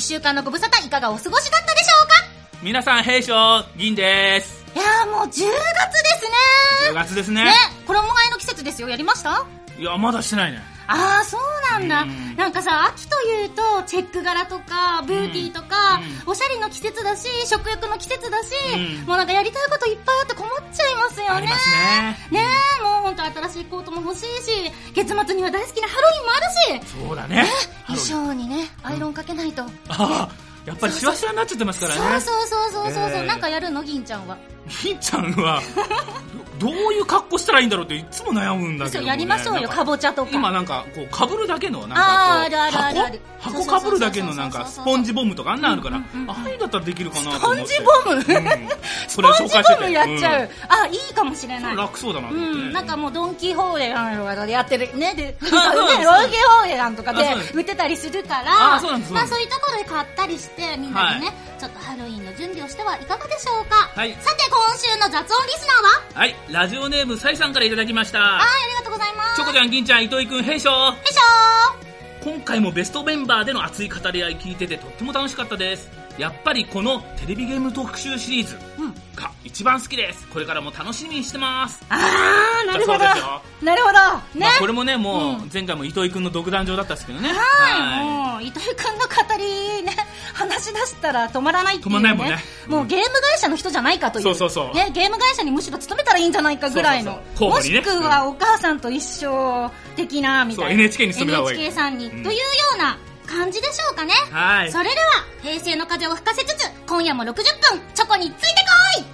週間のご無沙汰いかがお過ごしだったでしょ皆さん、平将銀です。うかいやーもう10月ですね10月ですね。ね衣替えの季節ですよやりましたいや、まだしてないね。ああそうなんだ、うんなんかさ秋というとチェック柄とかブーティーとか、うおしゃれの季節だし食欲の季節だし、うんもうなんかやりたいこといっぱいあって困っちゃいますよあねりますね。ねえもう本当新しいコートも欲しいし月末には大好きなハロウィンもあるしそうだね。衣装にねアイロンかけないと、ああ、やっぱりシワシワになっちゃってますからね。そうそうそうそうそうそう、えーなんかやるの銀ちゃんは銀ちゃん は、どどういう格好したらいいんだろうっていつも悩むんだけそど、うね。やりましょうよかぼぼちゃとか今なんか、こう、かぶるだけの、なんあーあるあるかあるあこるう、箱、箱かぶるだけのなんか、そうそうそうそうスポンジボムとかあんなのあるから、うんうんうんうんああいうだったらできるかなスとポ思ンって。ジボム、うんスそれポンを紹ジボ介しててムやっちゃう、うんあいいかもしれそなれい楽そうだなとう思ってね、ん、なんかもうドン・キホーテランとかでやってるねでねドン・キホ あそうなんですねーテランとかであそうなんです売ってたりするからあそうなんですそうまあなんですそういったことで買ったりしてみんなでね、はちょっとハロウィンの準備をしてはいかがでしょうか、はいさて今週の雑音リスナーははい、ラジオネームサイさんからいただきましはたい。ありがとうございますチョコちゃん、銀ちゃん、糸井くん、へいしょーよいしょー今回もベストメンバーでの熱い語り合い聞いててとっても楽しかったです。やっぱりこのテレビゲーム特集シリーズうんが一番好きです。これからも楽しみにしてます。あーなるほそうですよどなるほどね、まあこれもね、もううん前回も糸井くんの独壇場だったんですけどね。ははい、もう糸井くんの語りね話し出したら止まらないっていう、ね、止まらないもんねもうゲーム会社の人じゃないかというそうそうそうね、ゲーム会社にむしろ勤めたらいいんじゃないかぐらいのそうそうそう候補にねもしくはお母さんと一緒的なみたいなそう NHK に勤めた方がいい NHK さんに、うんというような感じでしょうかねはいそれでは平成の風を吹かせつつ今夜も60分チョコについてこい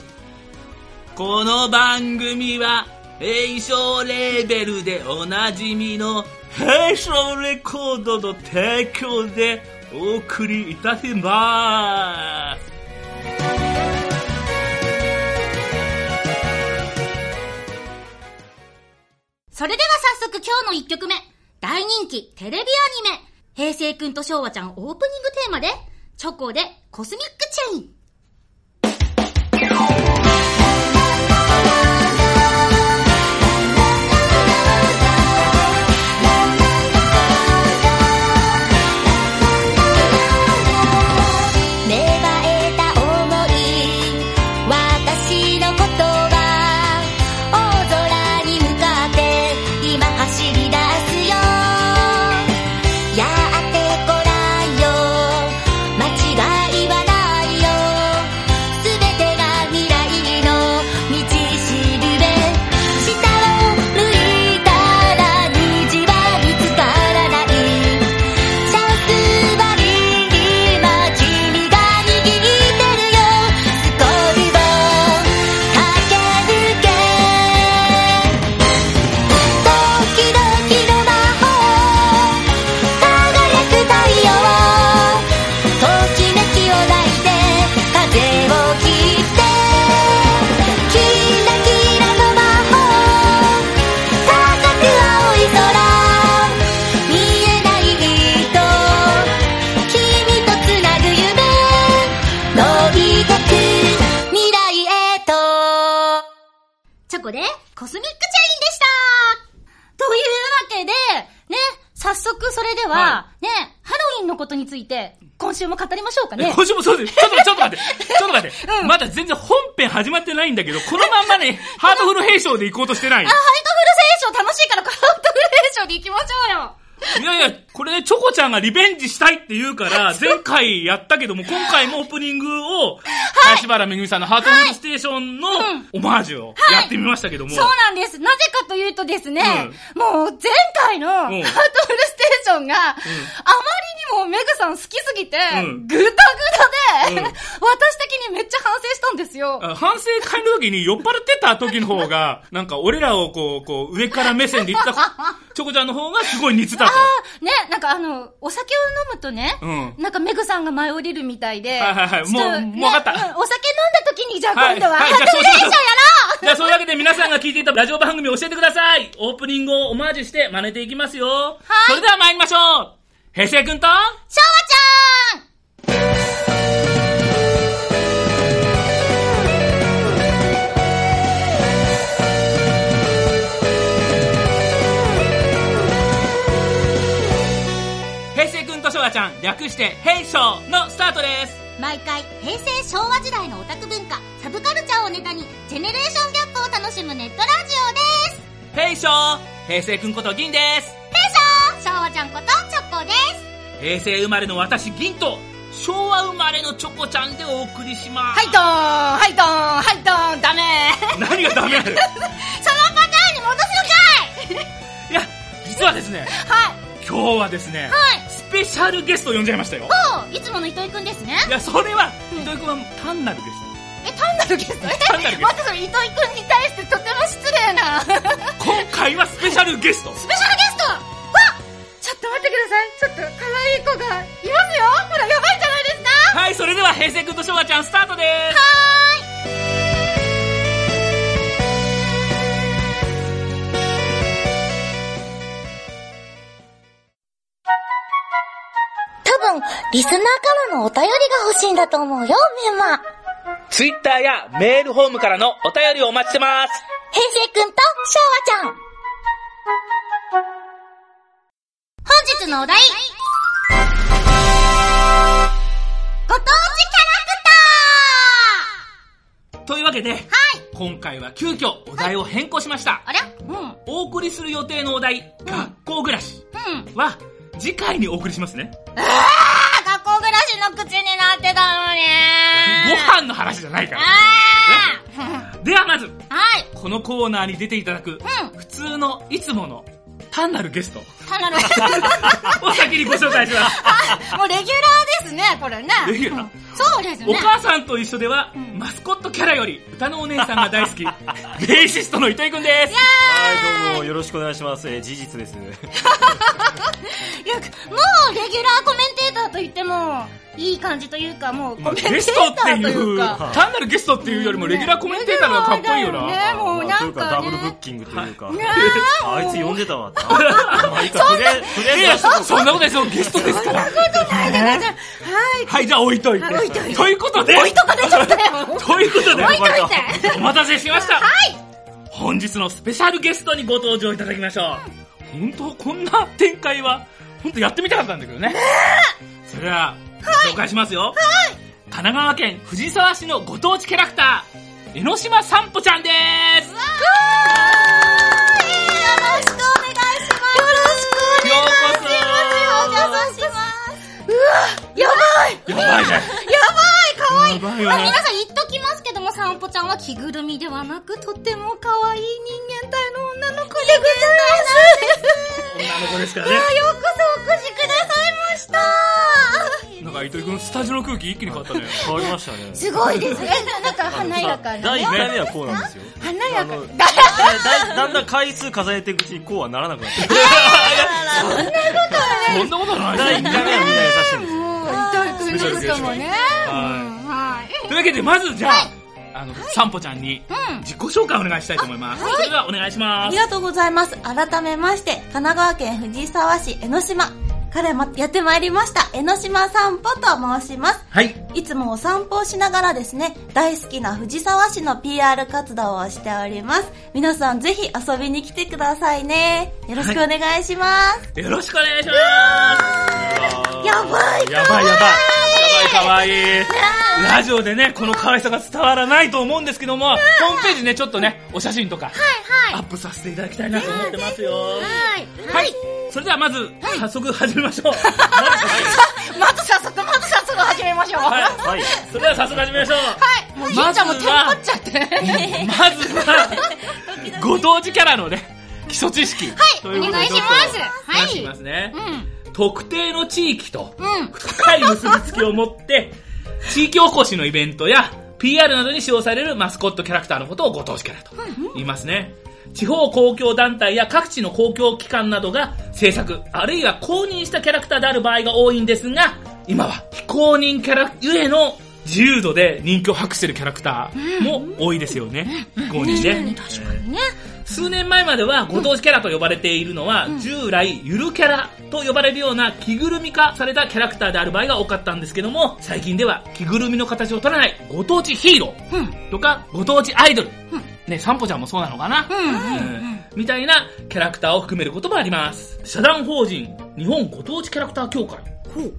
この番組は、平常レーベルでおなじみの平常レコードの提供でお送りいたします。それでは早速今日の1曲目。大人気テレビアニメ。平成くんと昭和ちゃんオープニングテーマで、チョコでコスミックチェイン。芽生えた想い私のことは大空に向かって今走り出すよやってこないよ間違いはないよすべてが未来の道しるべ下を向いたら虹は見つからない「シャツバリに今君が握ってるよ」「スコールを駆け抜け」「時々の魔法」「輝く太陽」「ときめきを抱いて風を切って」「キラキラの魔法」高く青い空見えない糸君とつなぐ夢伸びてく未来へとチョコでコスミックチェインでしたというわけで、ね、早速それでは、はね、ハロウィンのことについて、今週も語りましょうかね。今週もそうです。ちょっと、ちょっと待って。ちょっと待って。うんまだ全然本編始まってないんだけど、このまん まね、ハートフル兵将で行こうとしてないあ、ハ。イトフル聖書楽しいから、ハイトフル聖書に行きましょうよいやいや、これね、チョコちゃんがリベンジしたいって言うから、前回やった けども、今回もオープニングを、林原めぐみさんのハートフルステーションのはいオマージュをやってみましたけども。そうなんです。なぜかというとですね、もう前回のハートフルステーションが、あまりにもメグさん好きすぎて、うんぐたぐたで、うん私的にめっちゃ反省したんですよ。あ反省会の時に酔っ払ってた時の方が、なんか俺らをこう、こう、上から目線で 言った、チョコちゃんの方がすごい似てたと。ね、なんかあの、お酒を飲むとね、うんなんかメグさんが舞い降りるみたいで、はいはいはいちょっともうもうわかったんお酒飲んだ時に、じゃあはい今度はハはーいトフルステー ションやろうじゃあ、そういうわけで皆さんが聞いていたラジオ番組を教えてくださいオープニングをオマージュして真似ていきますよはいそれでは参りましょう平成くんと昭和ちゃん平成くんとしょわちゃん略略して、ヘイショーのスタートです。毎回平成昭和時代のオタク文化サブカルチャーをネタにジェネレーションギャップを楽しむネットラジオですヘイショー平成くんこと銀です。平昭昭和ちゃんことチョコです平成生まれの私、銀と、昭和生まれのチョコちゃんでお送りしまはいす。ドーンはいドーンはいドーンダメ何がダメい そのパターンに戻すのかいや、実はですね、 はい今日はですはね、いスペシャルゲスト呼んじゃいましたよ。おういつもの糸井くんですねいや、それは、糸井くんは単なるゲスえ単なるゲストえ単なるゲストまたそれ糸井くんに対してとても失礼なスペシャルゲト。今回はスペシャルゲス ト。ストわちょっと待ってくださいちょっと可愛い子がいますよほらやばいじゃないですかはい、それでは平成くんと昭和ちゃんスタートです。多分、リスナーからのお便りが欲しいんだと思うよ、メンマ。ツイッターやメールホームからのお便りをお待ちしてます。平成くんと昭和ちゃん。本日のお題ご当地キャラクというわけで、ターはい今回は急遽お題を変更しました。あらうんお送りする予定のお題、学校暮らしうん。は、次回にお送りしますね。あ、学校暮らしの口になってたのにご飯の話じゃないかあら。あではまず、はい。このコーナーに出ていただく、う普通のいつもの単なるゲストん。単なる。 を先にご紹介し ます。もうレギュラーですねこれねレギュラーそうですおね。母さんと一緒では、んマスコットキャラより歌のお姉さんが大好 き、ベーシストの糸井くんです。はい、どうもよろしくお願いします。えー事実です。いやもうレギュラーコメンテーターと言っても、いい感じというか、もうコメンテーゲストってターといいうう、か。単なるゲストっていうよりもレギュラーコメンテーターの方がかっこいいよな。ねもうまなあんかというか、ダブルブねッ。キングというか、あああいつ呼んでたわって。まあいいかとりあえず、とりあえずい出や、しとこうそんなことないですよ、ゲストですから。はいはい、じゃあ置いといて。置いといていうことで。置いとかでちょっとというこ とで、置いといて。お待たせしました。本日のスペシャルゲストにご登場いただきましょう。本当、こんな展開は、本当やってみたかったんだけどね。それでは、紹介しますよ。神奈川県藤沢市のご当地キャラクター、江ノ島さんぽちゃんです。よよろしくお願いします。よろしくお願いうこします。やばいそ。やばいね。可愛いやばいよまあ、ね皆。さん言っときますけども、さんぽちゃんは着ぐるみではなく、とても可愛い人間体の女の子でございます。女の子ですからいねや。よくぞお越しくださいました。なんか、糸井くん、スタジオの空気一気に変わったね。変わりましたね。すごいですね。なんか華やかな第ね1。回目はこうなんですよ。華やかあのだだだんだん回数数えていくうちにこうはならなくなって。そんなことない第1回目はみんな優しいんですよ。伊藤君のこともねははい。いというわけで、まずじゃあ、あの、さんぽちゃんに自己紹介をお願いしたいと思います。それではお願いしあまりす。がとうございます。改めまして、神奈川県藤沢市江ノ島からまやってまいりました、江ノ島散歩と申します。はい。いつもお散歩をしながらですね、大好きな藤沢市の PR 活動をしております。皆さんぜひ遊びに来てくださいね。よろしくお願いします。よろしくお願いします。やばいやばいやばい。やばいかわいい。ラジオでね、この可愛さが伝わらないと思うんですけども、ホームページね、ちょっとね、お写真とか、アップさせていただきたいなと思ってますよ。はい。はい。それではまず、早速始めましょう。まず早速まず早速始めましょうはい。はい。それでは早速始めましょう。はいもう銀ちゃんもまテずンはパっちゃって まずは、ご当地キャラのね、基礎知識。はい。というおことで願いしまちす。ょっとは話していみ。ますねう。ん。特定の地域とうん。深い結びつきを持って、地域おこしのイベントや PR などに使用されるマスコットキャラクターのことをご当地キャラと言いますね。地方公共団体や各地の公共機関などが制作、あるいは公認したキャラクターである場合が多いんですが、今は非公認キャラゆえの自由度で人気を博しているキャラクターも多いですよね。公認ね。ね。数年前まではご当地キャラと呼ばれているのは、従来ゆるキャラと呼ばれるような着ぐるみ化されたキャラクターである場合が多かったんですけども最近では着ぐるみの形を取らないご当地ヒーロうん。ーとかご当地アイドル、ねさんぽちゃんもそうなのかな、うん。うんみたいなキャラクターを含めることもあります社団法人日本ご当地キャラクター協会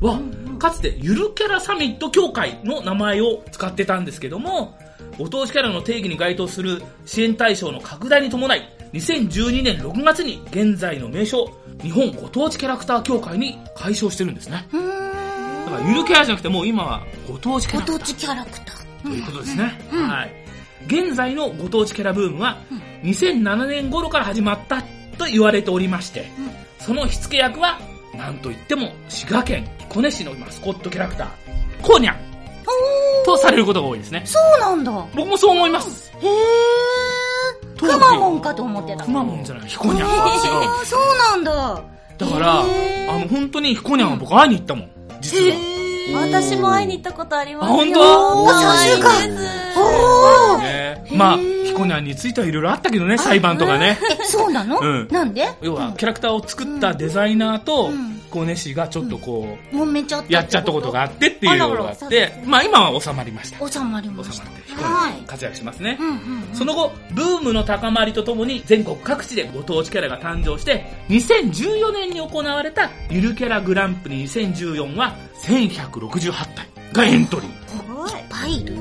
は、かつてゆるキャラサミット協会の名前を使ってたんですけども、ご当地キャラの定義に該当する支援対象の拡大に伴い、2012年6月に現在の名称、日本ご当地キャラクター協会に解消してるんですね。だからゆるキャラじゃなくてもう今はご当地キャごラクター当地キャラクター。ということですね。はい。現在のご当地キャラブームは、2007年頃から始まったと言われておりまして、その火付け役は、なんといっても、滋賀県彦根市のマスコットキャラクター、コーニャンとされることが多いですね。そうなんだ。僕もそう思います。へー。くまモンかと思ってた。くまモンじゃない、彦ニ違ャン。うあそうなんだ。だから、へーあの、本当に彦ニャンは僕会いに行ったもん。実は。私も会いに行ったことありますよ。あ本当お最お初か。おー。ねまあ、彦ニャンについてはいろいろあったけどね、裁判とかね。え、そうなのうんなんで要は、キャラクターを作ったデザイナーと、彦根市がちょっとこう、揉めちゃったやっちゃったことがあってっていうのがあっあらあらそうでてす、まあ今は収まりました。収収まりましまたっ。て、はい活躍しますねう。んうん。その後、ブームの高まりとともに全国各地でご当地キャラが誕生して、2014年に行われたゆるキャラグランプリ2014は1168体がエントリー。バイル。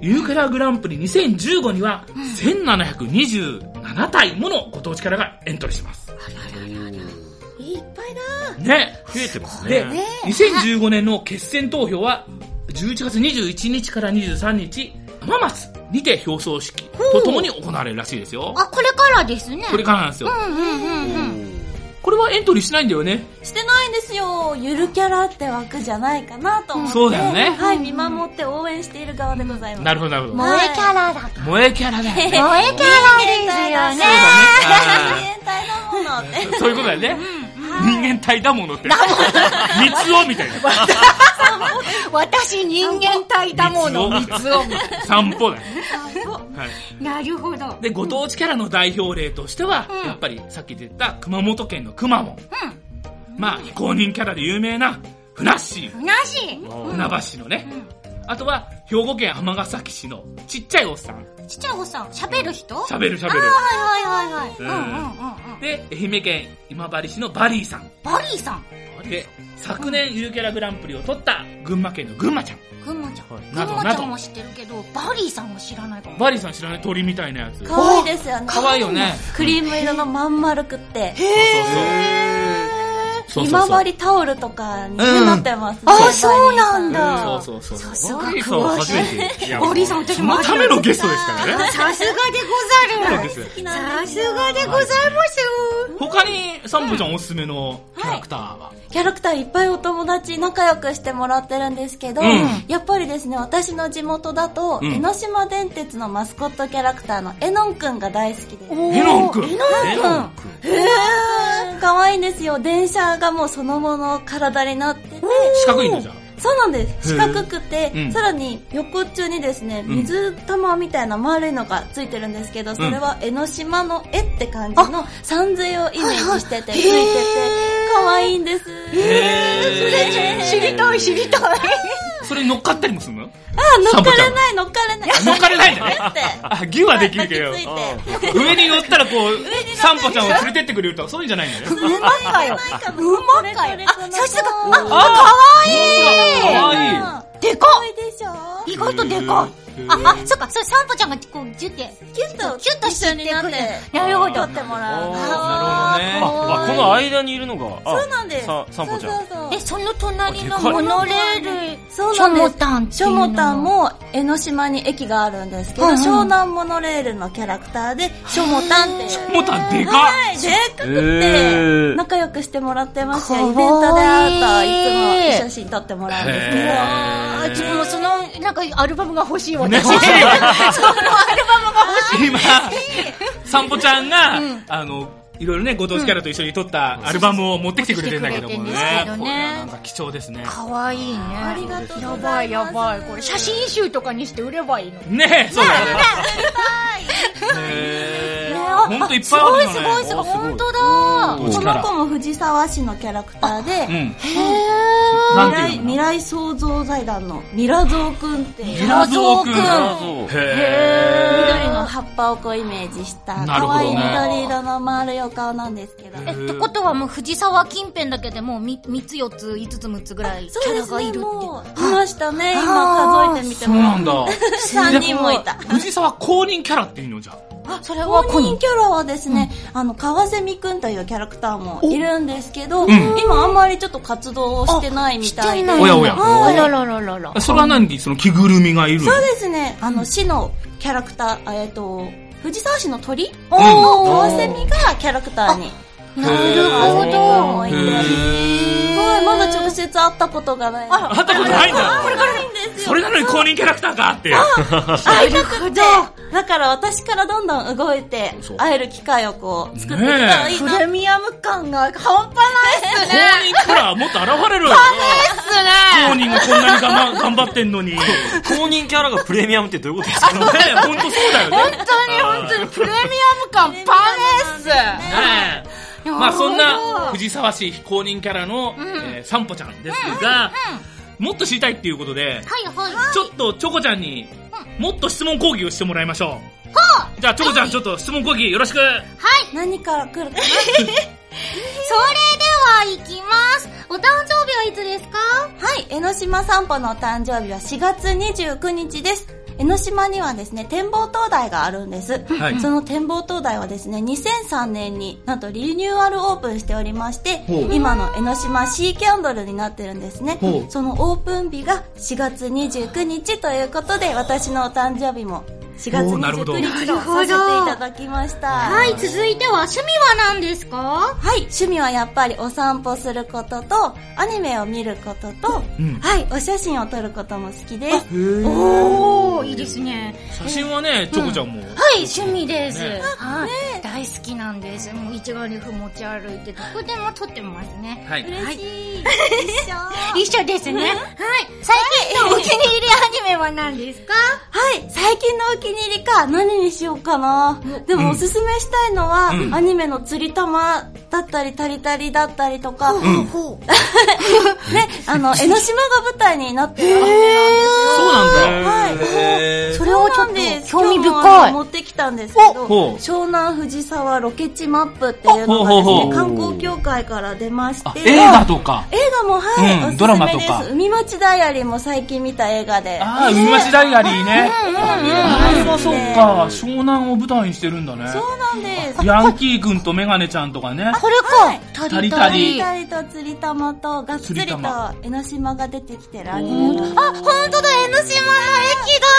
ゆるキャラグランプリ2015には1727体ものご当地キャラがエントリーしてます。いっぱいだ。ね。増えてますで、ね。 2015年の決選投票は、11月21日から23日、浜松にて表彰式とともに行われるらしいですよ。あ、これからですね。これからなんですよ。うんうんうんうん。これはエントリーしないんだよね。してないんですよ。ゆるキャラって枠じゃないかなと思って。そうだよねはい、見守って応援している側でございます。なるほど、なるほど。萌えキャラだ。萌えキャラだよね。萌えキャラですよね。そうだね変態だものって。あーそういうことだよね。人間体だものって。三つをみた いな。私人間体だもの。三つを。散歩だよね。はいなるほど。で、ご当地キャラの代表例としては、やっぱりさっき言った熊本県のくまモン。まあ、非公認キャラで有名な、ふなっしー。なし。船橋のね。あとは、兵庫県尼崎市のちっちゃいおっさん。ちっちゃいおっさん、喋る人はい喋る喋はいはいはい。うんる。うんうんうん。で、愛媛県今治市のバリーさん。バリーさん。で、昨年ゆるキャラグランプリを取った群馬県の群馬ちゃん。ぐんまちゃん。はいぐんまなちどゃなんども知ってるけど、バリーさんは知らないかも。バリーさん知らない鳥みたいなやつ。可愛いですよね。かわいいよね。クリーム色のまん丸くって。そうそうそう。そうそうそう今治タオルとかにねうんなってますね。あそうなんだうんそうそうそさう。すがバリーさんは初めて。いやバリーさん私そもの初ためてめのゲストですか らね。さすがでござるわ。さすがでございますよ。他に、サンボちゃんおすすめのキャラクターは、キャラクターいっぱいお友達仲良くしてもらってるんですけど、うんやっぱりですね、私の地元だと、うん江ノ島電鉄のマスコットキャラクターのエノンくんが大好きです。エノンくん。エノン君。可愛いんですよ。電車がもうそのもの体になってて、四角いのじゃん。そうなんです。四角くて、うんさらに横っちょにですね、ん水玉みたいな丸いのがついてるんですけど、それは江ノ島の絵って感じの山水をイメージしてて、ついてて、可愛いんです。へー知りたい知りたい。それに乗っかったりもするのあ、乗サっボかちゃれんない、乗っかれない。乗っかれないんだ ねって。あ、牛はできるけど抱きつ。いて。上に乗ったらこう、サンボちゃんを連れてってくれるとか、そういうんじゃないんだね。うまっかよ。うまっかよ。あ、さすが。あ、かわいい。かわいい。でかいでしょっ意外とでかへい。ーあ、あ、そっか、そう、サンポちゃんがこう、ギュって、キュッと、キュッとしてになって、なるほど撮っ。てもらう。あーなるほどね。あ、この間にいるのが、あそうなんです。さ、サンボちゃん。そうそうそうえ、その隣あのでかいモノレール、そうショなんですモタンってシいョうのモタンも江ノ島に駅があるんですけうど、んうん湘南モノレールのキャラクターで、ショモタンっていう。シモタンでかっはい、でっかくへて、ー仲良くしてもらってますよ。イベンかトでわいい会うと、いつも写真撮ってもらうんですけど。あー、自分もその、なんかアルバムが欲しいわ。ね、私欲しいよ。そのアルバムが欲しい。今、散歩ちゃんが、あの、いろいろね、ご当地キャラと一緒に撮ったアルバムを持ってきてくれてんだけどもね持ってきてくれてんです。けどねこれはなんか貴重ですね。かわいいね。ありがとうございやます。ばいやばい。こ れ写真集とかにして売ればいいの。ねそうだよね。へーほんといっぱいあるよすごいね。すごい、あすごい本当だ。ご当こ地キャのラ子も藤沢市のキャラクターで、うん。未なん来ていう未の来創造財団のミラゾウくんっていうミラゾウくん。ミラゾウくんへ緑の葉っぱをこうイメージした、なるほど可愛いね緑色の丸いお顔なんですけど。え、ってことはもう藤沢近辺だけでもうみ3つ4つ5つ6つぐらいキそうャでラすがいるね、って。もう、いましたね。あー今数えてみてそうも。なんだ。 3人もいた。藤沢公認キャラっていうのじゃ。あ、それ公はコニ認ン。キャラはですね、あの、川瀬美くんというキャラクターもいるんですけど、ん今あんまりちょっと活動をしてないみたいで。おやおやはいあららららら。それは何その着ぐるみがいるのそうですね、あの、市のキャラクター、えっ、と、藤沢市の鳥のおー川瀬美がキャラクターに。なるほど。へはい、まだ直接会ったことがない。あ会ったことないんだこれからいいんですよ。それなのに公認キャラクターかって。会いたくて、だから私からどんどん動いてそう、会える機会をこう、作っていけたらいいな。プレミアム感が半端ないっす公認キャラもっと現れろよ。公認がこんなに頑張頑張ってんのに。ね公認キャラがプレミアムってどういうことですかえ、ほんとそうだよね。本当に本当にプレミアム感パンですねえまあそんな藤沢市非公認キャラの、えーさんぽちゃんですが、もっと知りたいっていうことで、はいはい。ちょっとチョコちゃんにもっと質問講義をしてもらいましょう。じゃあチョコちゃんちょっと質問講義よろしく。何から来るかそれでは行きます。お誕生日はいつですかはい、江ノ島散歩のお誕生日は4月29日です。江ノ島にはですね、展望灯台があるんです。はいその展望灯台はですね、2003年になんとリニューアルオープンしておりましてほう、今の江ノ島シーキャンドルになってるんですねほ。うそのオープン日が4月29日ということで、私のお誕生日も4月ほうなるほど29日とさせていただきました。はい、続いては趣味は何ですかはい、趣味はやっぱりお散歩することと、アニメを見ることと、うんはい、お写真を撮ることも好きです。おー、いいですね。写真はね、チョコちゃんも。はい、趣味です。ねはい、大好きなんです。もう一眼レフ持ち歩いて、どこでも撮ってますね。はい。嬉しい。 一緒。は一緒ですね。はい。最近のお気に入りアニメは何ですかい、最近のお気に入りか、何にしようかな。でもおすすめしたいのは、うんアニメの釣り玉だったり、タリタリだったりとか、 ほう。ね、あ の、江ノ島が舞台になってる。そうなんだ。はい。それをちょっとそうなんです興味深い今日もあの持ってきたんですけどほう、湘南藤沢ロケ地マップっていうのがほでうすほうほね、う観光協会から出ましあて、映画とか。映画もはい、うんおすすめですドラマとか海町ダイアリーも最近見た映画で。ああ、海町ダイアリーね。あれはそっか、湘南を舞台にしてるんだね。そうなんです。ヤンキー君とメガネちゃんとかね。これはいか、タリタタリ。リあ、たりと釣り玉とがっつり釣りと玉江ノ島が出てきてるアニメが。ほんとだ、江ノ島の駅だ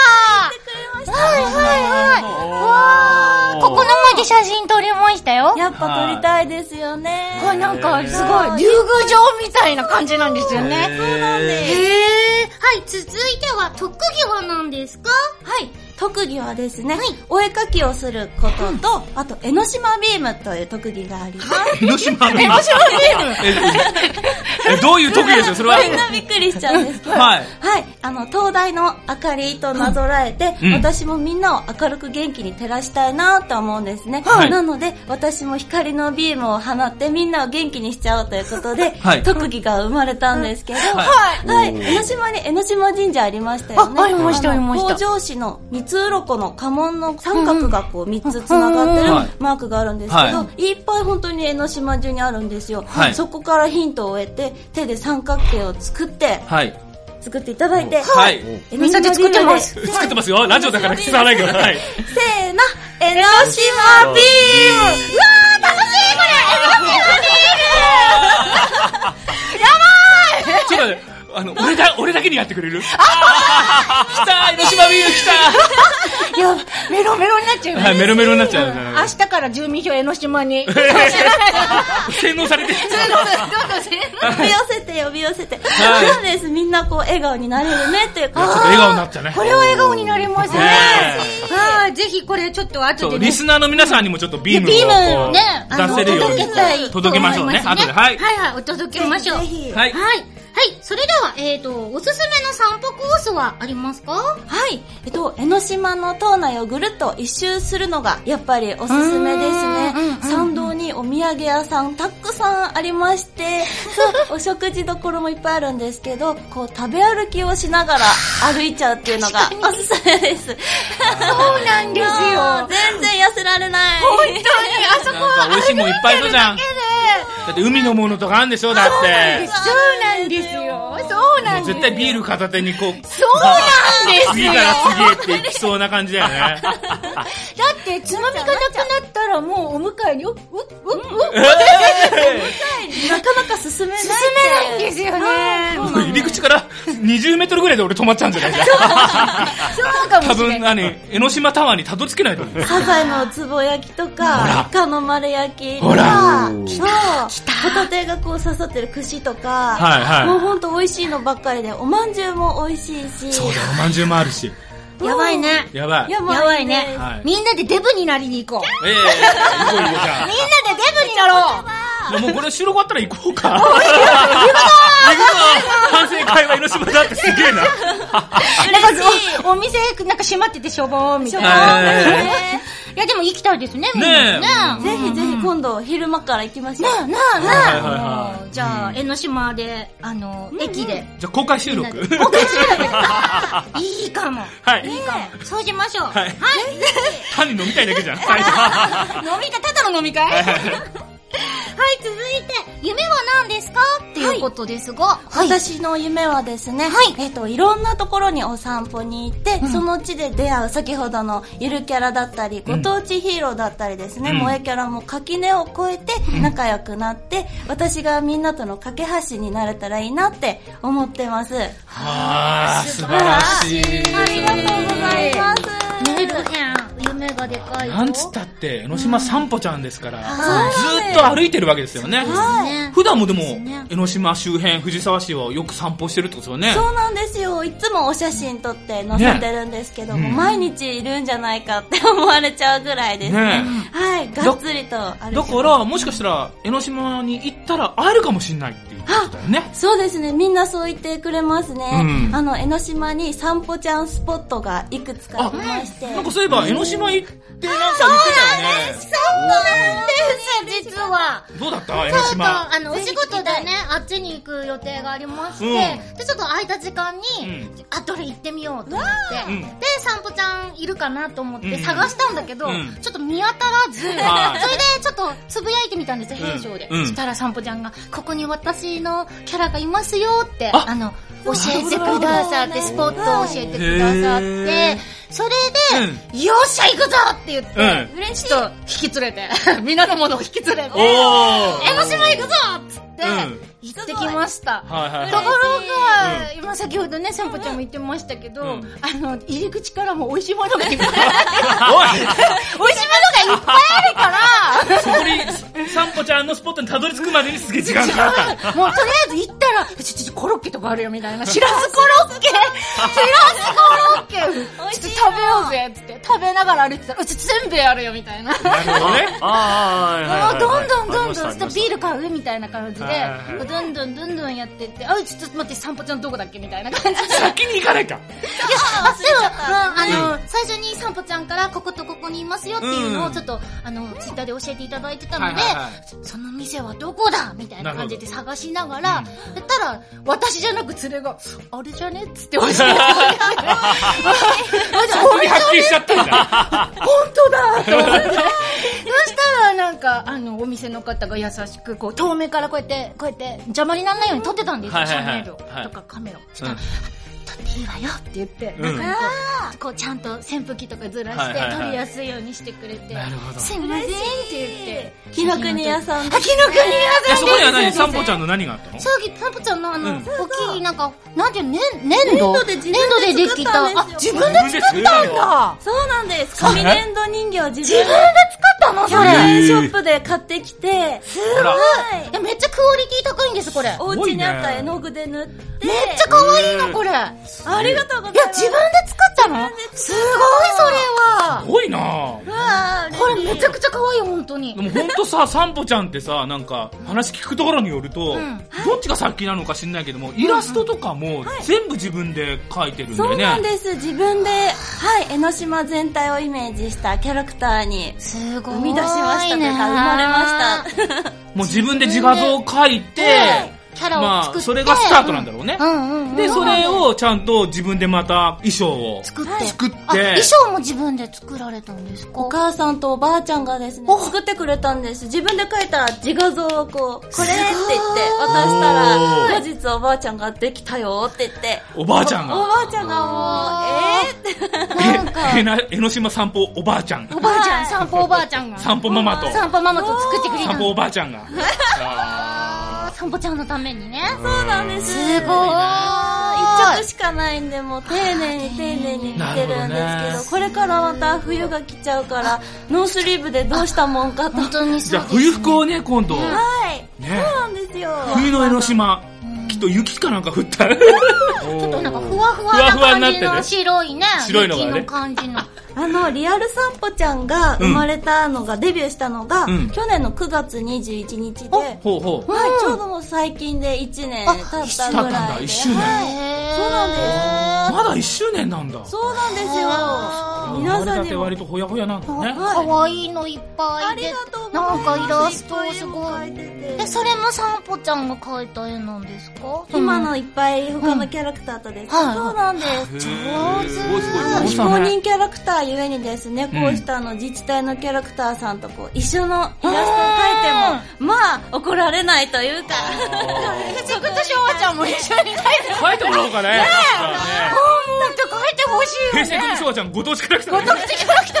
はいはいはい。わここの前で写真撮りましたよ。やっぱ撮りたいですよね。これなんかすご、はいい竜宮城みたいな感じなんですよね。そうなんへです。え。はい、続いては特技は何ですかはい。特技はですね、お絵かきをすることと、あと、江ノ島ビームという特技があります。江ノ島ビーム。ええどういう特技ですよ、それは。みんなびっくりしちゃうんですけど、はいあの、灯台の明かりとなぞらえて、うん私もみんなを明るく元気に照らしたいなと思うんですね。はいなので、私も光のビームを放ってみんなを元気にしちゃおうということで、はい特技が生まれたんですけど、ははい。江ノ島に江ノ島神社ありましたよね。あありましたありました北条市の三つ鱗の家紋の三角がこう三つ繋がってるはいマークがあるんですけど、、はいっぱい本当に江ノ島中にあるんですよ。はいそこからヒントを得て、手で三角形を作って、はい。作っていただいて、はい。江ノ島ビームでみんなで作ってます作ってますよ。ラジオだから伝わらないけど。はい。せーの、江ノ島ビームうわー楽しいこれ江ノ島ビちょっと待って、あの、俺だ、俺だけにやってくれる来た江ノ島ビーム来いや、メロメロになっちゃうたはい、メロメロになっちゃうんう。日から住民票江ノ島 に。どうぞ洗脳されてる。せーのーム呼び寄せて呼び寄せて。はいそうです。みんなこう笑顔になれるねっていうちょっとか。笑顔になっちゃうね。これは笑顔になりますねね。はい、ぜひこれちょっと後そでう、ねリ。スナーの皆さんにもちょっとビームをビームこをうね、出せるように届けたいと思い届けましょうね。後で。はい。はいはい、お届けましょう。ぜひぜひはいはい。はいそれでは、えっと、おすすめの散歩コースはありますかはい。えっと、江ノ島の島内をぐるっと一周するのが、やっぱりおすすめですうんうんうんうねん。参道にお土産屋さんたくさんありまして、そう、お食事どころもいっぱいあるんですけど、こう、食べ歩きをしながら歩いちゃうっていうのがおすすめです。そうなんですよ。ぜもんいっぱいいるじゃん。だって海のものとかあるんでしょだって。そうなんですよ。そうなんですよ。絶対ビール片手にこう、そうなんです次よ。からだ次へっていきそうな感じだ よね。って、つまみがなくなったらもうお迎えに、う、う、う、う、なかなか進めない。進めないんですよね。もう入り口から20メートルぐらいで俺止まっちゃうんじゃないか。そうかも多しれ分、ない。あの、江ノ島タワーにたどり着けないと思う。サザエのつぼ焼きとか、イカの丸焼きとほらか、そう、ホタテがこう刺さってる串とか、はいはいもうほんと美味しいのばっかりで、おまんじゅうも美味しいし、そうだ、おまんじゅうもあるし。やばいね。やばい。やばいやばいねはい。みんなでデブになりに行こう。ええ、行こう行こうじみゃん。んなでデブになろう。いやもうこれ収録終わったら行こう か。行くぞ反省会は江ノ島だってすげえな。なんかおお店、なんか閉まっててしょぼーみたいな。えいや、でも行きたいですね、みんなね。ぜひぜひ今度昼間から行きましょう。なあはいはいなはあ。じゃあ、江ノ島で、あの、駅で。 ーじゃあ公開収録。いいかも。はい。そうしましょう。ははいい。 単に飲みたいだけじゃん。 はい。飲み会、ただの飲み会はい、続いて、夢は何ですかっていうことですが、はい。私の夢はですね、えっと、いろんなところにお散歩に行って、その地で出会う先ほどのゆるキャラだったり、ご当地ヒーローだったりですうね、ん萌えキャラも垣根を越えて仲良くなって、私がみんなとの架け橋になれたらいいなって思ってます。あー、素晴らしありがとうございます。ねえ夢がでかいい。よ。なんつったって、江ノ島散歩ちゃんですから、はいずっと歩いてるわけですよね。ね普段もでもすね、江ノ島周辺、藤沢市はよく散歩してるってことですよね。そうなんですよ。いつもお写真撮って載せてるんですけども、ねうん毎日いるんじゃないかって思われちゃうぐらいですね。ねはい、がっつりと歩いてますえ。だから、もしかしたら、江ノ島に行ったら会えるかもしんないっていうことだよね。そうですね、みんなそう言ってくれますね。うんあの、江ノ島に散歩ちゃんスポットがいくつかありまして。なんかそういえば、江ノ島行ってなんか言ってたよね。実は。どうだった江ちょノっと、島。あの、お仕事でね、あっちに行く予定がありまして、うんで、ちょっと空いた時間に、うんあ、どれ行ってみようと思って、うんで、散歩ちゃんいるかなと思っうんて探したんだけど、うんちょっと見当たらず、それではいちょっとつぶやいてみたんですよ、うん平常で。うんそしたら散歩ちゃんが、ここに私のキャラがいますよって、ああの、教えてくださって、スポットを教えてくださっへーて、それで、よっしゃ行くぞって言って、嬉しい。ちょっと引き連れて、 みんなのものを引き連れて、おー江ノ島行くぞっつって、うん行ってきました。とこはいはろいはが、今先ほどね、さんぽちゃんも言ってましたけど、うんあの、入り口からも美味しいものがいっぱい、美 い。味しいものがいっぱいあるかそこに、さんぽちゃんのスポットにたどり着くまでにすげえ時間かかった。ら、もうとりあえず行ったら、ちょ、ちょ、ちょコロッケとかあるよみ たいな、しらすコロッケしらすコロッケちょっと食べようぜっつって、食べながら歩いてたら、うち全部やるよみたいな。なるほどね。あもあ、うどんどんどんどん、ちありまょっしたとビール買うみたいな感じではいはいは、どんどんどんどんやってって、あ、ちょっと待って、散歩ちゃんどこだっけみたありましたいな感じで。 先に行かないか。あ、でも、まあ、あの、最初にさんぽちゃんから、こことここにいますよっていうのうを、んちょっと、あの、ツイッターで教えていただいてたのではいはいはい、その店はどこだみたいな感じで探しながら、やったら、私じゃなく連れが、あれじゃねっつって教えてくれ てそこに発見しちゃったんだ。本当だと思って。そしたら、なんか、あの、お店の方が優しく、こう、遠目からこうやって、こうやって、邪魔にならないように撮ってたんですはよ、いシはいャはいネルとはいかカメラを。そしたうんら、撮っていいわよって言って、うんなんかこう、こう、ちゃんと扇風機とかずらはいしはいはいて、撮りやすいようにしてくれて、なるほどすいませんって言って。紀の国屋さんあ、。紀の国屋さんそこには何さんぽちゃんんの何があったのさっき、パンポちゃんのあの、うん大きい、なんか、なんていうの、ね、粘土粘土で自分で作ったんですよ粘土でできた。あ、自分で作っ作ったんだ。そうなんです。紙粘土人形自分たのそれ。 100円ショップで買ってきて、あらはい。えめっちゃクオリティ高いんです、これ。お家にあった絵の具で塗って、めっちゃ可愛いの、これ。いや、ありがとうございま自す。分で作ったのすごい、それはす。ごいなぁ。うわーこれめちゃくちゃ可愛いよ、本当にで。もほんとさ、さんぽちゃんってさ、なんか話聞くところによると、んどっちが先なのか知んないけども、イラストとかも全部自分で描いてるんだそうなよんね。です。自分で、はい、江ノ島全体をイメージしたキャラクターにすごい。生み出しましたというか、生まれました。もう自分で自画像を描いて、キャラをま作って、あ、それがスタートなんだろうね。うんうんうんで、それをちゃんと自分でまた衣装を作って作って、あ衣装も自分で作られたんですかお母さんとおばあちゃんがですね、作ってくれたんです。自分で描いた自画像をこう、これって言って渡したおら、後日おばあちゃんができたよって言って、おばあちゃんおが、ばあちゃんがもう、えー、って、なんか、えな江ノ島散歩おばあちゃんがお、ばあちゃん、散歩おばあちゃんが。散歩ママと、散歩ママと作ってくれた散歩おばあちゃんが。あー散歩ちゃんのためにね。そうなんです。すご一ー着い。しかないんで、もう丁寧に丁寧に着てるんですなけるほど、どねこれからまた冬が来ちゃうから、ノースリーブでどうしたもんかと。本当にじそゃあうです。冬服をね、今度、はい。そうね、なんですよ。冬の江ノ島、きっと雪かなんか降ったら、ちょっとなんかふわふわなふわふわにな感ってじねの白いね。白いのがね雪の感じの。あの、リアル散歩ちゃんが生まれたのが、デビューしたのが、うん去年の9月21日で、はい、ほうほう。ちょうどもう最近で1年経ったぐあ一緒だったんらだいで。一周年はい。そうなんです。まだ1周年なんだ。そうなんですよ。生皆さんにも。まはれたて割とほやほやなんだね。かわいいのいっぱあいりでがとうございなまんす。かイラストすごっぱいい描いててえそれも散歩ちゃんが描いた絵なんですか今のいっぱい他のキャラクターとです。うんはいそうなんです。上手すごいすごい上非公手だね。認キャラクターゆえにですね、こうしたあの自治体のキャラクターさんとこう一緒のイラストを描いても、まあ怒られないというか、セクトショワちゃんも一緒に描いて書いてもらおうかね。ねなんて描いてほしい平成組昭和ちゃん、ご当地キャラクターだね。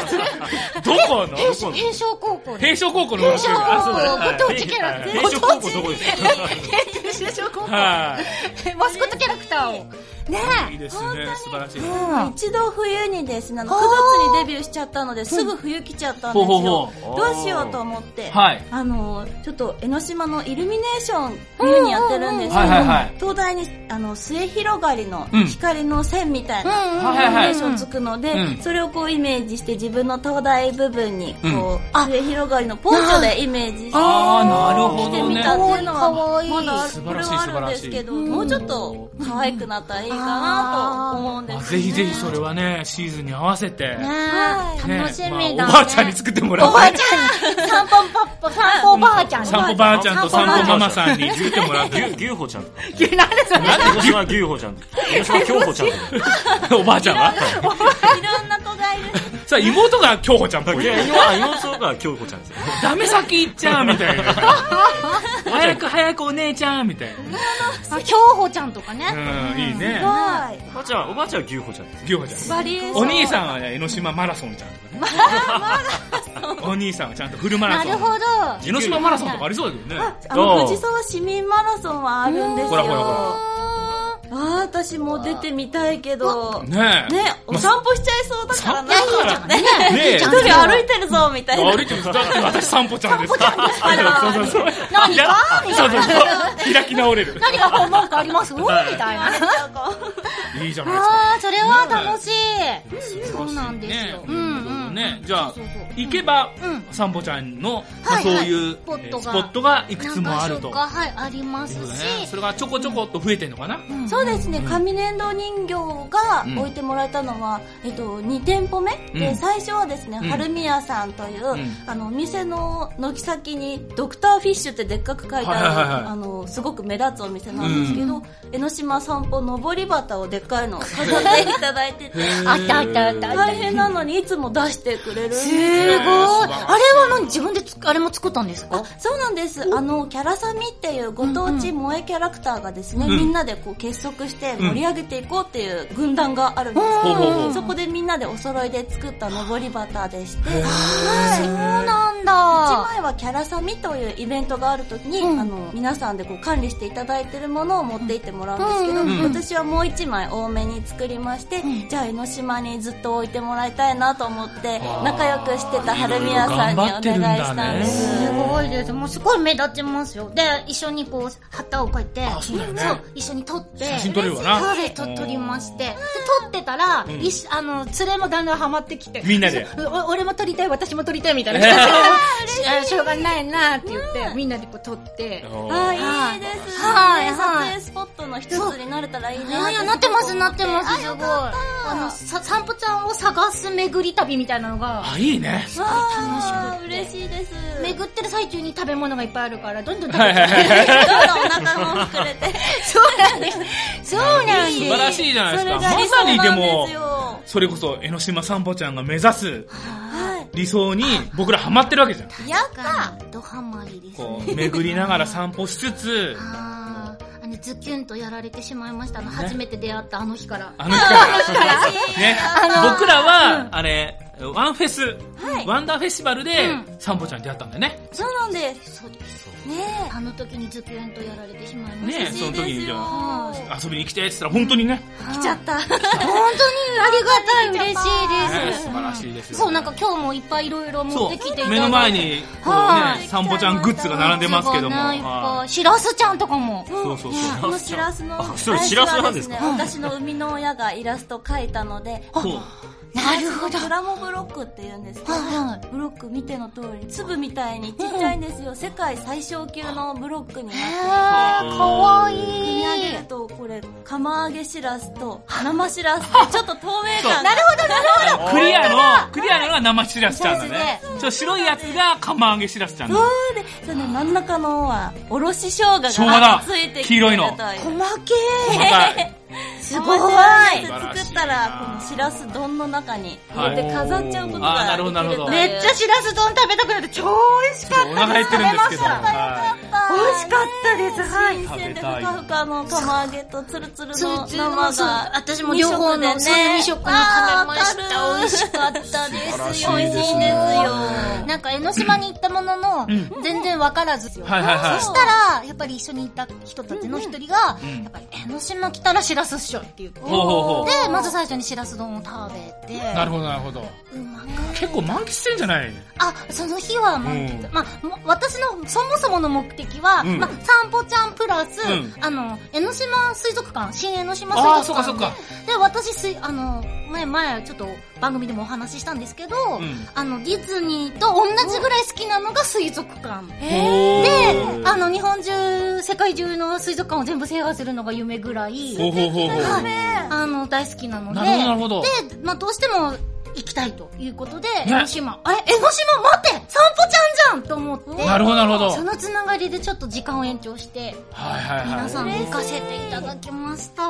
どこの平成平昌高校で平昌高校のご当地キャラクター。あそうだね平昌高校ご当地キャラはい練習高校どこですか平成高校はい。マスコットキャラクターをねいいですね、素晴らしい。一度冬にですね、あの9月にデビューしちゃったので、すぐ冬来ちゃったんほうですほうよほ。どうしようと思って、はいあの、ちょっと江ノ島のイルミネーション、冬にやってるんですけうんうんうんはいどはいはい、灯台に、あの、末広がりのうん光の線みたいな、イルミはいはいはいネーションつくのでうん、それをこうイメージして自分の灯台部分に、うんこう、末広がりのポンチョでイメージして、あー、なるほ来てどみね。たっていうのは、かわいいまだある素こ晴れらしいはあるんですけど、素晴らしいもうちょっと可愛くなったらいいかなと思うんですまよあね。ぜひぜひそれはね、シーズンに合わせて。ねねまあ楽しみだおねばあちゃんに作ってもらおう。おばあち散歩パッパ散歩おばあちゃん散歩ばあちゃんと散歩ママさんに作ってもらう。牛牛歩ちゃんとか。急なんですね江ノ島牛歩ちゃんとか。江ノ島京歩ちゃんとか。おばあちゃんはいろんな子がいる。さあ、妹が京子ちゃんっぽいい。や、今、今そうか、京歩ちゃんですよ。ダメ先行っちゃうみたいな。早く早くお姉ちゃんみたいあ競歩ちゃんとかねな。うん、いいね。 はい。おばあちゃん、おばあちゃんは牛歩ちゃんです。京子ちゃん。バリエーション。お兄さんはね、江ノ島マラソンちゃんとかね。お兄さんはちゃんとフルマラなソるほン。ど江ノ島マラソンとかありそうだけどね。あの、どう藤沢市民マラソンはあるんですよ。ほらほらほらあー私も出てみたいけど。ね、ねえ。お散歩しちゃいそうだからな。ねえ。 一人歩いてるぞ、みたいな。 歩いてるだって私散歩ちゃんですから。そうそうそう。何がそうそうそう。 開き直れる。何が本番かありますみたいな。いいじゃないあー、それは楽しい。ですか。そうなんですよ。ねうんうん。ね、じゃあそうそうそう行けばうん散歩ちゃんのまあはいそうはいいうスえポットーがスポットがいくつもあると。何箇所かはい、ありますそうだねしそ。れがちょこちょこっと増えてんのかな。そうですね、紙粘土人形が置いてもらえたのは、えっと、2店舗目、うんで、最初はですね、ん春宮さんという、んあの、お店の軒先に、ドクターフィッシュってでっかく書いてある、はいはいはいあの、すごく目立つお店なんですけど、江ノ島散歩上り旗をでっかいのを飾っていただいてて、あったあったあったあった。大変なのにいつも出してくれるんですすごい。あれは何自分でつあれも作ったんですかそうなんです。あの、キャラサミっていうご当地萌えキャラクターがですね、うんみんなでこう結束して盛り上げていこうっていう軍団があるんですけほうほうど、ほうそこでみんなでお揃いで作った上りバターでして、はい。そうなん1だ。枚はキャラサミというイベントがある時に、あの、皆さんでこう管理していただいてるものを持って行ってもらうんですけど、うんうんうん私はもう1枚多めに作りまして、じゃあ江ノ島にずっと置いてもらいたいなと思って、仲良くしてた春宮さんにお願いしたんです。すごいです。もうすごい目立ちますよ。で、一緒にこう、旗をこうやって、そうだよね一緒に撮って、写真撮れるわなそうです、と撮りまして。で撮ってたら、一緒あの、連れもだんだんハマってきて。みんなで そうお俺も撮りたい、私も撮りたいみたいな。二つししょうがないなって言って、みんなでこう撮って。ああ、いいですね。はいはい撮影スポットの一つになれたらいいいやな。いや、なってます、なってます、すごい。ああの、さ、散歩ちゃんを探す巡り旅みたいなのが、あ、いいね。わあ、嬉しいです。め巡ってる最中に食べ物がいっぱいあるから、どんどん食べはいちゃはう。いはい。どんどんお腹も膨れて。そうなんです。そうなんです。素晴らしいじゃないですか。ま理想さにでなんもです、よそれこそ江ノ島散歩ちゃんが目指すは理想に僕らハマってるわけじゃん。い。やったドハマりですこね。う、巡りながら散歩しつつ、あーあの、ズキュンとやられてしまいました。あの、初めて出会ったあの日から。あの日から、ね、僕らは、あれ、ワンフェス、ワンダーフェスティバルで、散歩ちゃんに出会ったんだよね。そうなんです。そうです。ねあの時にズキュンとやられてしまいました。ね、その時にじゃはあ、遊びに来てって言ったら本当にね、え。来ちゃった。本当にありがたい、嬉しいねです。素晴らしいですよね。そう、なんか今日もいっぱいいろいろ持っそ、てきていうただいて。目の前に、こうはいね、散歩ちゃんグッズが並んでますけども。いっぱはいしらすちゃんとかも。そうそうこのシラスの、あそうシラスなんですかあれはね私の生みの親がイラスト描いたので、いそうなるほど。ドラモブロックって言うんですけど、はいブロック見ての通り、粒みたいにちっちゃいんですよ。世界最小級のブロックになっててはい。かわい組み上いげる。と、これ、釜揚げしらすと生しらす ってちょっと透明感なるほどクリアの、クリアのが生しらすちゃんだねそ。ちょ白いやつが釜揚げしらすちゃんだ。そうで、その真ん中のは、おろし生姜がつ生姜だいてきてると黄色いの細け細かいすごい作ったら、このしらす丼の中に入れて飾っちゃうことはいあーがなるできほるどなるほどというめっちゃしらす丼食べたくなって超美味しかっお腹減ってるんです けど。はた。美味しかったです。はい。新鮮食べでふたいかふかの釜揚げとつるつるつるのつるの生そうが私も両方の二色でそう二色に食べましたあーわかる美味しかったですらしいですよね美味しいんですよなんか江ノ島に行ったものの、全然わからずですよ。いはいはいそ。したら、やっぱり一緒にいた人たちの一人が、んやっぱり江ノ島来たらしらすっしょって言って、ほうほうほうで、まず最初にしらす丼を食べて、なるほどなるほど。うまかっ結構満喫してんじゃないたあ、その日は満喫、うまあ、も私のそもそもの目的は、うんまあ、散歩ちゃんプラス、うんあの、江ノ島水族館、新江ノ島ああ、水そっ族か館そっか。で、私すい、あの、前、前、ちょっと番組でもお話ししたんですけど、んあの、ディズニーと同じぐらい好きなのが水族館。ほで、あの、日本中、世界中の水族館を全部制覇するのが夢ぐらい、うほうほうほう。あの、大好きなので、なるほどなるほどで、まあ、どうしても行きたいということで、ね江ノ島、え、江ノ島待って散歩ちゃんじゃんと思って、なるほどなるほど。はいそのつながりでちょっと時間を延長して、はいはい。皆さんに行かせていただきました。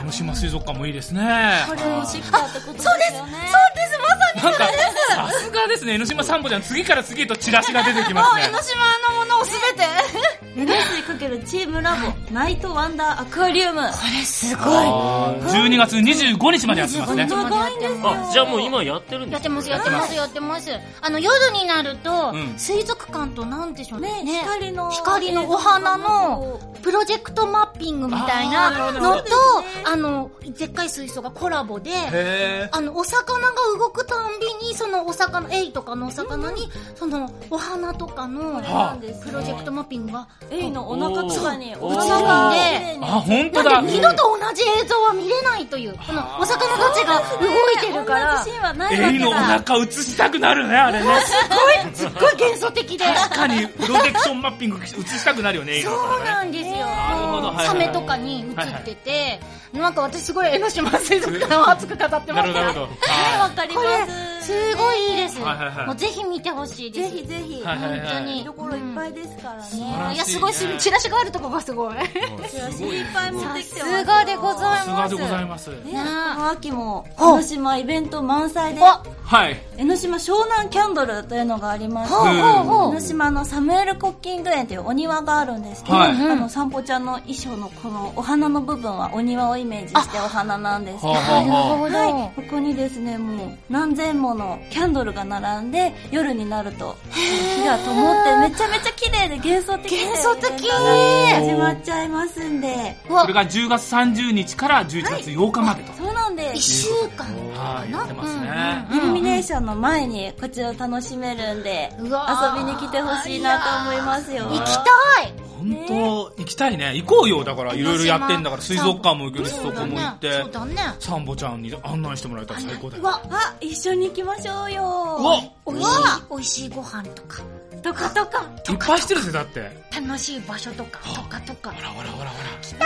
江ノ島水族館もいいですね。これ美味しなかったことですよねんか、さすがですね、江ノ島散歩ちゃん、次から次へとチラシが出てきますね。島のものをすべて、 そうです NSC× チームラボナイトワンダーアクアリウム12月25日までやってますね。長いんですあじゃあもう今やってるんで やすってかます、やってます、やってます。あの、夜になると、うん水族館となんでしょうね。ね光の光のお花のプロジェクトマッピングみたいあーなるなほどなのると、あの、でっかい水槽がコラボで、へあの、お魚が動くたんびに、そのお魚、エイとかのお魚に、その、お花とかのれなんですねプロジェクトマッピングがエイのお腹とかにおおー花が綺麗ー。にあ、本当なだん。で二度と同じ映像は見れないという、このお魚たちが動いてるから、同すじシーンはないわエけイのおだ腹映したくなるね、あれね。ごい、すっごい幻想的で。確かに、プロジェクションマッピング映したくなるよね、エイのおそう腹ね。なんですよ。るほどはいはいサメとかに映ってて、なんか私すごい江ノ島水族館を熱く語ってまなするほど、なるほど。わはかりこまれ、すすごいいいです。はいはいはいもうぜひ見てほしいでぜす。ひぜひはいはい本当はに。見どころいっぱいですから晴ねらしいねいや、すごい、すごいチラシがあるとこがすごい。チラシいっぱい持ってきてますすがでございい。さすがま。ですございます。ねねこの秋も江ノ島イベント満載ではい。江ノ島湘南キャンドルというのがありましてほうほうほ江うノ。島のサムエルコッキング園というお庭があるんですけど、はいあの散歩ちゃんの衣装のこのお花の部分はお庭をイメージしてお花なんですけどはあはあはなあるほはい、ここにですねもう何千ものキャンドルが並んで夜になると火が灯ってめちゃめちゃ綺麗で幻想的で幻想的始まっちゃいますんでど。うわこれ、が10月30日から11月8日までと。そうなんで一す週間はかい、やなってますね。イルミネーションの前にこちらを楽しめるんで遊うわーびに来てほしいなと思いますよ行きたい本当、行きたいね。行こうよ。だから、いろいろやってんだから、水族館も行けるし、そこも行って、そうだね。サンボちゃんに案内してもらえたら最高だよ。わ、あ、一緒に行きましょうよ。うわ美味しい、美味しいご飯とか、とかとか。いっぱいしてるぜ、だって。楽しい場所とか、とかとかあ。らわらわらわら。来た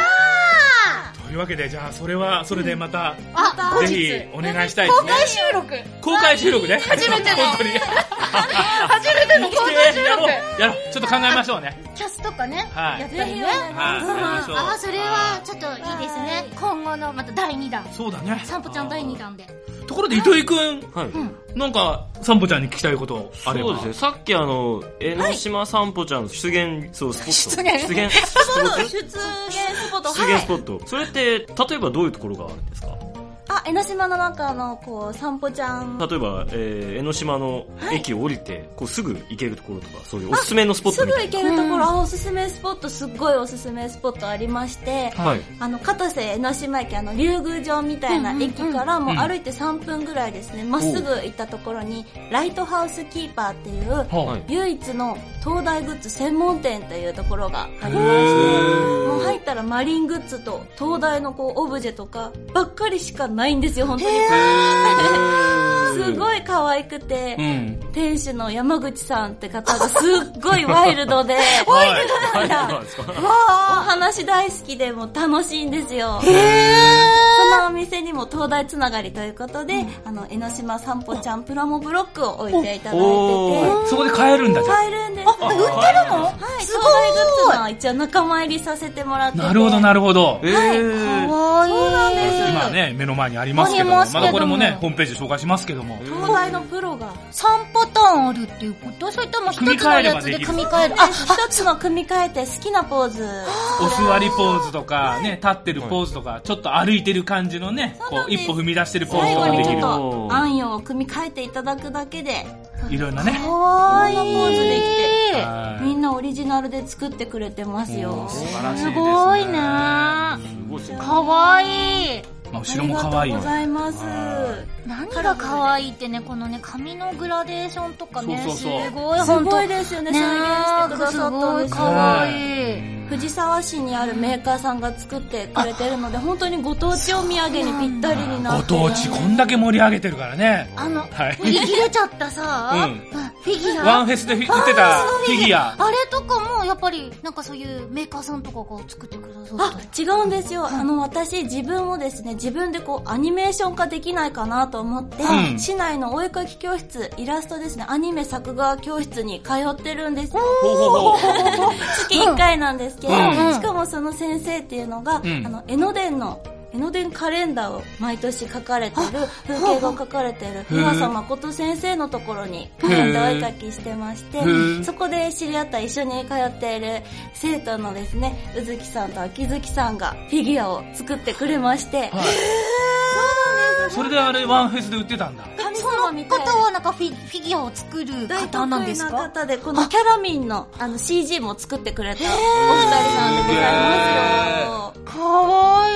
というわけで、じゃあ、それは、それでまた、あ、後ぜ日ひ、お願いしたいで公すね。開収録。公開収録ね。初めての本当に。初めての公開収やろう録。。やろう。ちょっと考えましょうね。キャスとかね。はいやったりね。はい。やりましょうあ、それは、ちょっといいですね。今後の、また第2弾。そうだね。サンポちゃん第2弾で。ところで、糸井くん、はい。なんか、サンボちゃんに聞きたいことあれば。そうですね。さっきあの、江ノ島散歩ちゃんの出現、そう、スポット。出現。出現スそうそう、出現スポット。出は現スい。ポット。それって、例えばどういうところがあるんですかあ、江ノ島の中の、こう、散歩ちゃん。例えば、えー、江ノ島の駅を降りて、こうすぐ行けるところとか、そういうおすすめのスポットすみぐた行いな。けるところ、あおすすめスポット、すっごいおすすめスポットありまして、はい。あの、片瀬江ノ島駅、あの、竜宮城みたいな駅から、もう歩いて3分ぐらいですね、まっすぐ行ったところに、ライトハウスキーパーっていう、はい。唯一の東大グッズ専門店というところがありまして、もう入ったらマリングッズと東大のこうオブジェとかばっかりしかないんですよ、本当に。すごい可愛くて、うん。店主の山口さんって方がすっごいワイル ドで、ワイルドはい。なそうんだなんですかお話大好きでもう楽しいんですよ。そのお店にも東大つながりということで、あの、江ノ島散歩ちゃんプラモブロックを置いていただいておて、ーそこで買えるんだじゃん。買えるんです。あ、売ってるのはい、すごい。東大グッズの一応仲間入りさせてもらってて。なるほど、なるほど。えー。わいい。そうなんです今ね、目の前にありますけども、ありまますけどもだこれもね、ホームページで紹介しますけども。東大のプロが。 3パターンあるっていうことそれとも1つのやつで組み替える。あ、あ、一つの組み替えて好きなポーズ。お座りポーズとか、ね、立ってるポーズとか、ちょっと歩いてる感じのね、こう、一歩踏み出してるポーズ最と後かでにちきょるおっ。と、ーあんよを組み替えていただくだけで、いろいろなね。かわいい。こんなポーズできてはいみんなオリジナルで作ってくれてますよ。素晴らしいですね。ごいね。まあ、すごいですね。かわいい。後ろも可愛いありがとうごよ。ざいます。何が可愛いってね、このね、髪のグラデーションとかね、そうそうそうすごい、す本当ごいねですよね、え再現してくだすさったんごでいすご可愛い。藤沢市にあるメーカーさんが作ってくれてるので、本当にご当地お土産にぴったりになごってる。当地、こんだけ盛り上げてるからね。あの、はい。売り切れちゃったさ、うんフィギュワアン。フェスで売ってたフィギュア。あれとかも、やっぱり、なんかそういうメーカーさんとかが作ってくださっあ、違うんですよ。あの、私、自分をですね、自分でこう、アニメーション化できないかなと思って、うん市内のお絵描き教室、イラストですね、アニメ作画教室に通ってるんですよ。ほうほうほう。月1回なんですけど、うんしかもその先生っていうのが、うんあの、江ノ電の、江ノ電カレンダーを毎年書かれてる、風景が書かれてる、岩佐誠先生のところにカレンダーをお絵描きしてましてへえ、そこで知り合った一緒に通っている生徒のですね、宇月さんと秋月さんがフィギュアを作ってくれまして、はいそれであれ、ワンフェスで売ってたんだ。た。神そ様みのたいな方はなんかフィフィギュアを作る大得方なんで意すなか方で、このキャラミンのあの CG も作ってくれたお二人なんでございますよ。かわいい。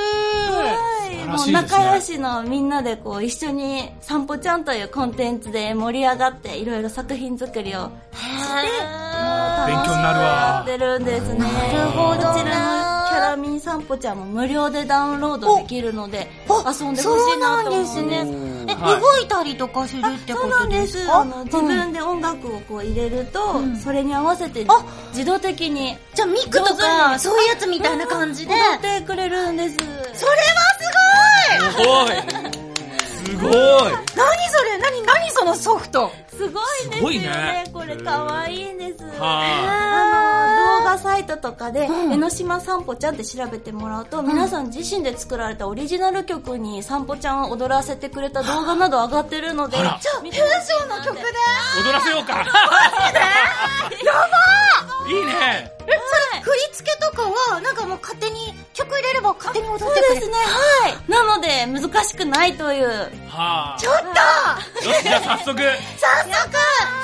はい、もう仲良しのみんなでこう一緒に「散歩ちゃん」というコンテンツで盛り上がっていろいろ作品作りをして勉強になるわ楽しくやってるんですねなるほどなこちらのキャラミン散歩ちゃんも無料でダウンロードできるので遊んでほしいなと思そううなんねですね。え、はい動いたりとかするってこそうなとんでですすかあの自分で音楽をこう入れると、それに合わせて自動的にじゃあミクとか、そういうやつみたいな感じで。踊ってくれるんですそれはすごいすごい。すごい。何それ何何そのソフトすごいですすよごいねねこれかわいいんですはあの動画サイトとかで、江ノ島散歩ちゃんって調べてもらうと、皆さん自身で作られたオリジナル曲に散歩ちゃんを踊らせてくれた動画など上がってるので、あらじゃあ、編集の曲でい。踊らせよう か。いいね。振り付けとかは、なんかもう勝手に、曲入れれば勝手に踊ってそうくれでるす。ね、はい。なので、難しくないという。はあ。ちょっとよし、じゃあ早速、早速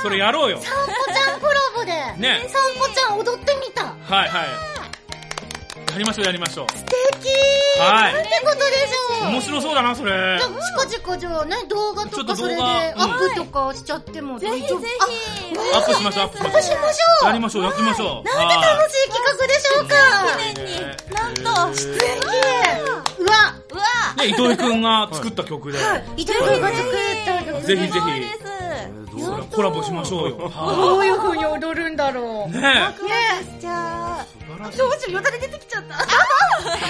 それやろうよ。散歩ちゃんコラボで、ね散歩ちゃん踊ってみた。はいはい。やりましょう、やりましょう。素敵はいってことでしょ面白そうだな、それ。じゃあ、近々じゃあ、ね、動画ちょとかっと動そ画れでアップとかしちゃっても大丈夫。ぜひぜひ。アップしましょう、アップしましょしましょう。やうりましょう、やってみましょう。なんてはい楽しい企画でしょうかなんと、出演うわうわね、糸井くんが作った曲で、伊藤君が作った曲ぜひぜそうですひ、。それコラボしましょうよ。はどういう風に踊るんだろ。いうねワクワクしちゃう。どうしよう、よだれ出てき ちゃった。あ、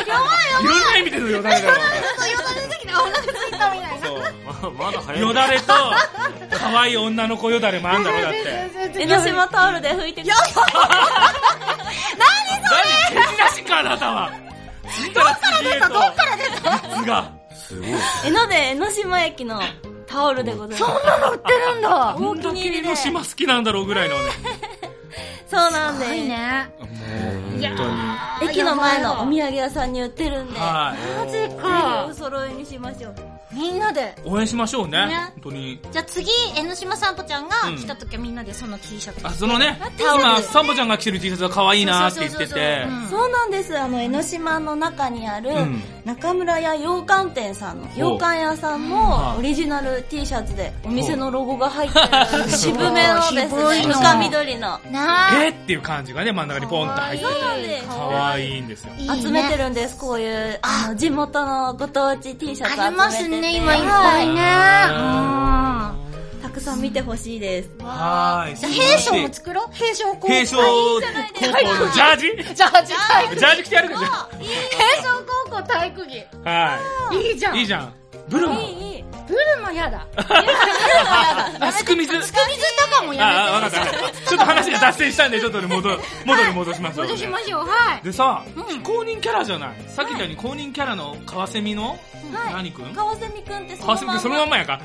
いろんな意味でのよだれが。そうよだれ出てきた。お腹すいたみた いな。そうままだ早い。よだれと、可愛い女の子よだれもあんだろ、だって。江ノ島タオルで拭いてください。何、口出しか、あなたは。どっから出た、どっから出た。熱が。すごい。江ノ電江ノ島駅のタオルでございます。どんだけ江ノ島好きなんだろうぐらいのね。そうなんです。ね。本当に。駅の前のお土産屋さんに売ってるんで、はい。マジぜひかお。揃いにしましょう。みんなで。応援しましょうねね。本当に。じゃあ次、江ノ島さんぽちゃんがうん来た時はみんなでその T シャツ。あ、そのね、タオル今、サンボちゃんが着てる T シャツが可愛いなって言ってそうそうそうてそう。うんそうなんです。あの、江ノ島の中にあるん、中村屋洋館店さんの、洋館屋さんも、オリジナル T シャツで、お店のロゴが入ってる、渋めのですね、渋いの深緑の、なあ。えっていう感じがね、真ん中にポンと入ってて。そうなんです可愛いんですよ。いいね集めてるんです、こういう、あの、地元のご当地 T シャツ集めてて。ありますね、今いっぱいね。うんい。たくさん見てほしいです。はい。じゃあ、兵章も作ろう。兵章候補。平兵昌高校のジャージじゃあ、じゃあ、ジャージ着てやるかじ兵章高校体育着。ゃあはいいじゃん。いいじゃん。ブルマ。いい、いい。ブルマやだ。あ、すく水。すく水とかもやめて。あ、あわかったわかった。ちょっと話が脱線したんで、ちょっとね戻る、戻る戻します。戻しましょう。はい。でさ、公認キャラじゃない。さっき言ったように公認キャラのカワセミの何くん川蝉くんってそカワのセミまくんそんのままんまや か。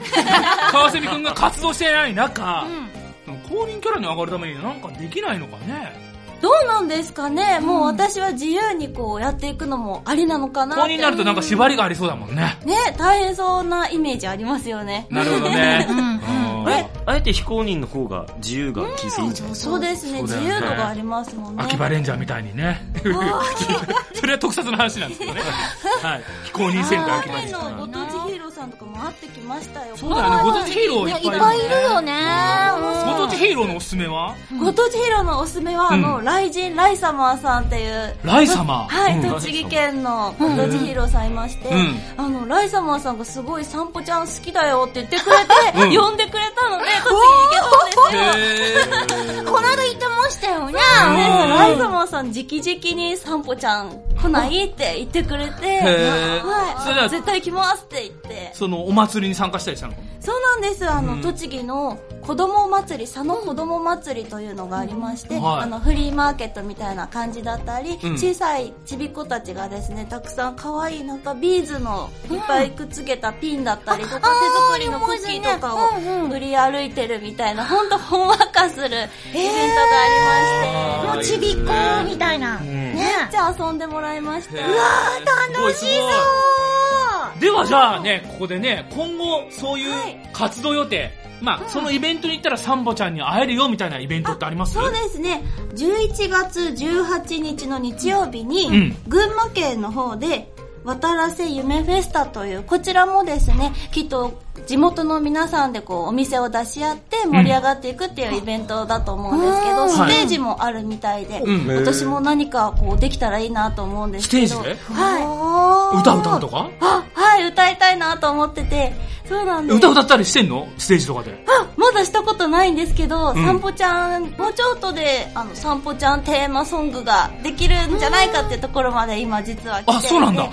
カワセミくんが活動してない中、公認キャラに上がるためになんかできないのかね。どうなんですかねもう私は自由にこうやっていくのもありなのかな公認になるとなんか縛りがありそうだもんね。ね、大変そうなイメージありますよね。なるほどね。あえあえて非公認の方が自由が効いていいんじゃないですか。そうですね、そうだ自よね由度がありますもんね。秋葉レンジャーみたいにね。 それは特撮の話なんですけどね。はい。非公認センター秋葉レン秋ジャ葉ーのご。当地ヒーローさんとかも会ってきましたよ。そうだよね、ご当地ヒーローいっぱいいるよね。ご当地ヒーローのおすすめはご当地ヒーローのおすすめは、あの、ライジン・ライサマーさんっていう、ライ様。はい、うん栃木県のご当地ヒーローさんいまして、うんあの、ライサマーさんがすごい散歩ちゃん好きだよって言ってくれうて、ん呼んでくれたので、栃木行 けたんですよ。この間言ってましたよね。ねライザマンさん直々に散歩ちゃん来ないって言ってくれて、へーそれじゃはあい、絶対来ますって言って。そのお祭りに参加したりしたのそうなんです。あの、栃木の子供祭り、佐野子供祭りというのがありまして、はいあの、フリーマーケットみたいな感じだったり、うん小さいちびっ子たちがですね、たくさん可愛いなんかビーズのいっぱいくっつけたピンだったりとか、手作りのクッキーとかを売り歩いてるみたいな、ほんとほんわかするイベントがありまして、もうちびっこみたいな。ねめっちゃ遊んでもらいました。わ楽しそうではじゃあね、ここでね、今後そういう活動予定、まあ、そのイベントに行ったらサンボちゃんに会えるよみたいなイベントってありますそうですね。11月18日の日曜日に、ん群馬県の方で、渡らせ夢フェスタという、こちらもですね、きっと地元の皆さんでこうお店を出し合って盛り上がっていくっていうイベントだと思うんですけど、ステージもあるみたいで、ん私も何かこうできたらいいなと思うんですけど。ステージではい。歌歌うとかあ、はい、歌いたいなと思ってて、そうなんです。歌歌ったりしてんのステージとかで。あまだしたことないんですけど、散歩ちゃん、もうちょっとで、あの、散歩ちゃんテーマソングができるんじゃないかってところまで今実は来てあそうなんだはい。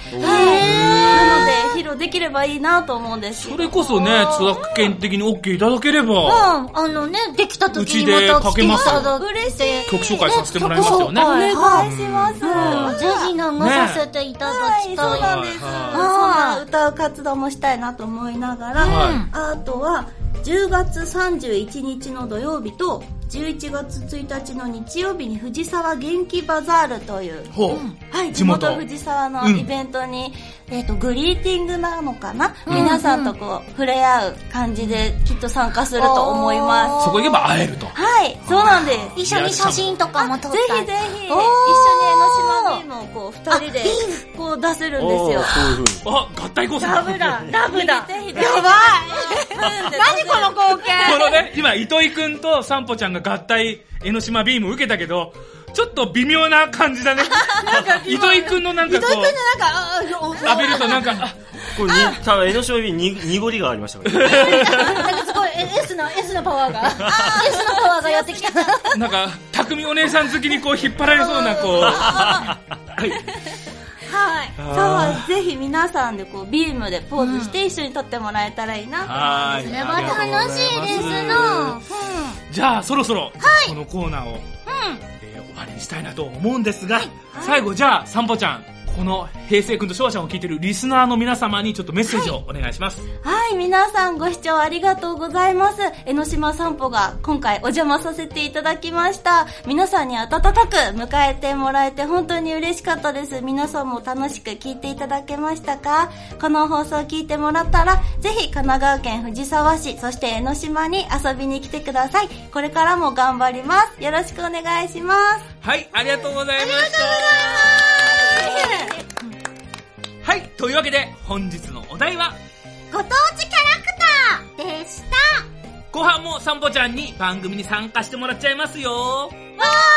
なので、披露できればいいなと思うんですけそど。れこそね、著作権的に OK いただければ、うんあのね、できたう時ちにでまたかけますよだ嬉しい。曲紹介させてもらいますよね。曲紹お介願いします。うんぜひ流させていただはい、そきうたい。なんです。そんな歌う活動もしたいなと思いながら、はいあとは、10月31日の土曜日と11月1日の日曜日に藤沢元気バザールという、ほう。はい、地地元元藤沢のうんイベントに、えっ、と、グリーティングなのかな、皆さんとこう、触れ合う感じできっと参加すると思います。そこ行けば会えると。はい、そうなんです。一緒に写真とかも撮っぜたひぜひ、一緒に江おーノ島ビームをこう、二人で、こう出せるんですよ。そういうふうに。あ、合体構成。ラブだ、ラブだ。ぜひぜひ。やばい 何この光景このね、今、糸井くんとサンポちゃんが合体、江ノ島ビーム受けたけど、ちょっと微妙 な感じだね。糸井くんのなんかこう、なんか、ああ浴びるとなんか、あこれに、ただ江ノ島にに濁りがありましたからね。なんかすごい、え S の、S のパワーが。S のパワーがやってきた。なんか、匠お姉さん好きにこう引っ張られそうな、こう。 はい。そう、ぜひ皆さんでこう、ビームでポーズして一緒に撮ってもらえたらいいな。はーい。れは楽しいですなじゃあ、そろそろ、このコーナーを、えー終わりにしたいなと思うんですが、最後、じゃあ、サンポちゃん、この平成くんと翔ちゃんを聞いてるリスナーの皆様にちょっとメッセージをお願いします。はい、皆さんご視聴ありがとうございます。江ノ島散歩が今回お邪魔させていただきました。皆さんに温かく迎えてもらえて本当に嬉しかったです。皆さんも楽しく聞いていただけましたかこの放送を聞いてもらったら、ぜひ神奈川県藤沢市、そして江ノ島に遊びに来てください。これからも頑張ります。よろしくお願いします。はい、ありがとうございました。はい、というわけで、本日のお題は、ご当地キャラクターでした後半もサンポちゃんに番組に参加してもらっちゃいますよ。わー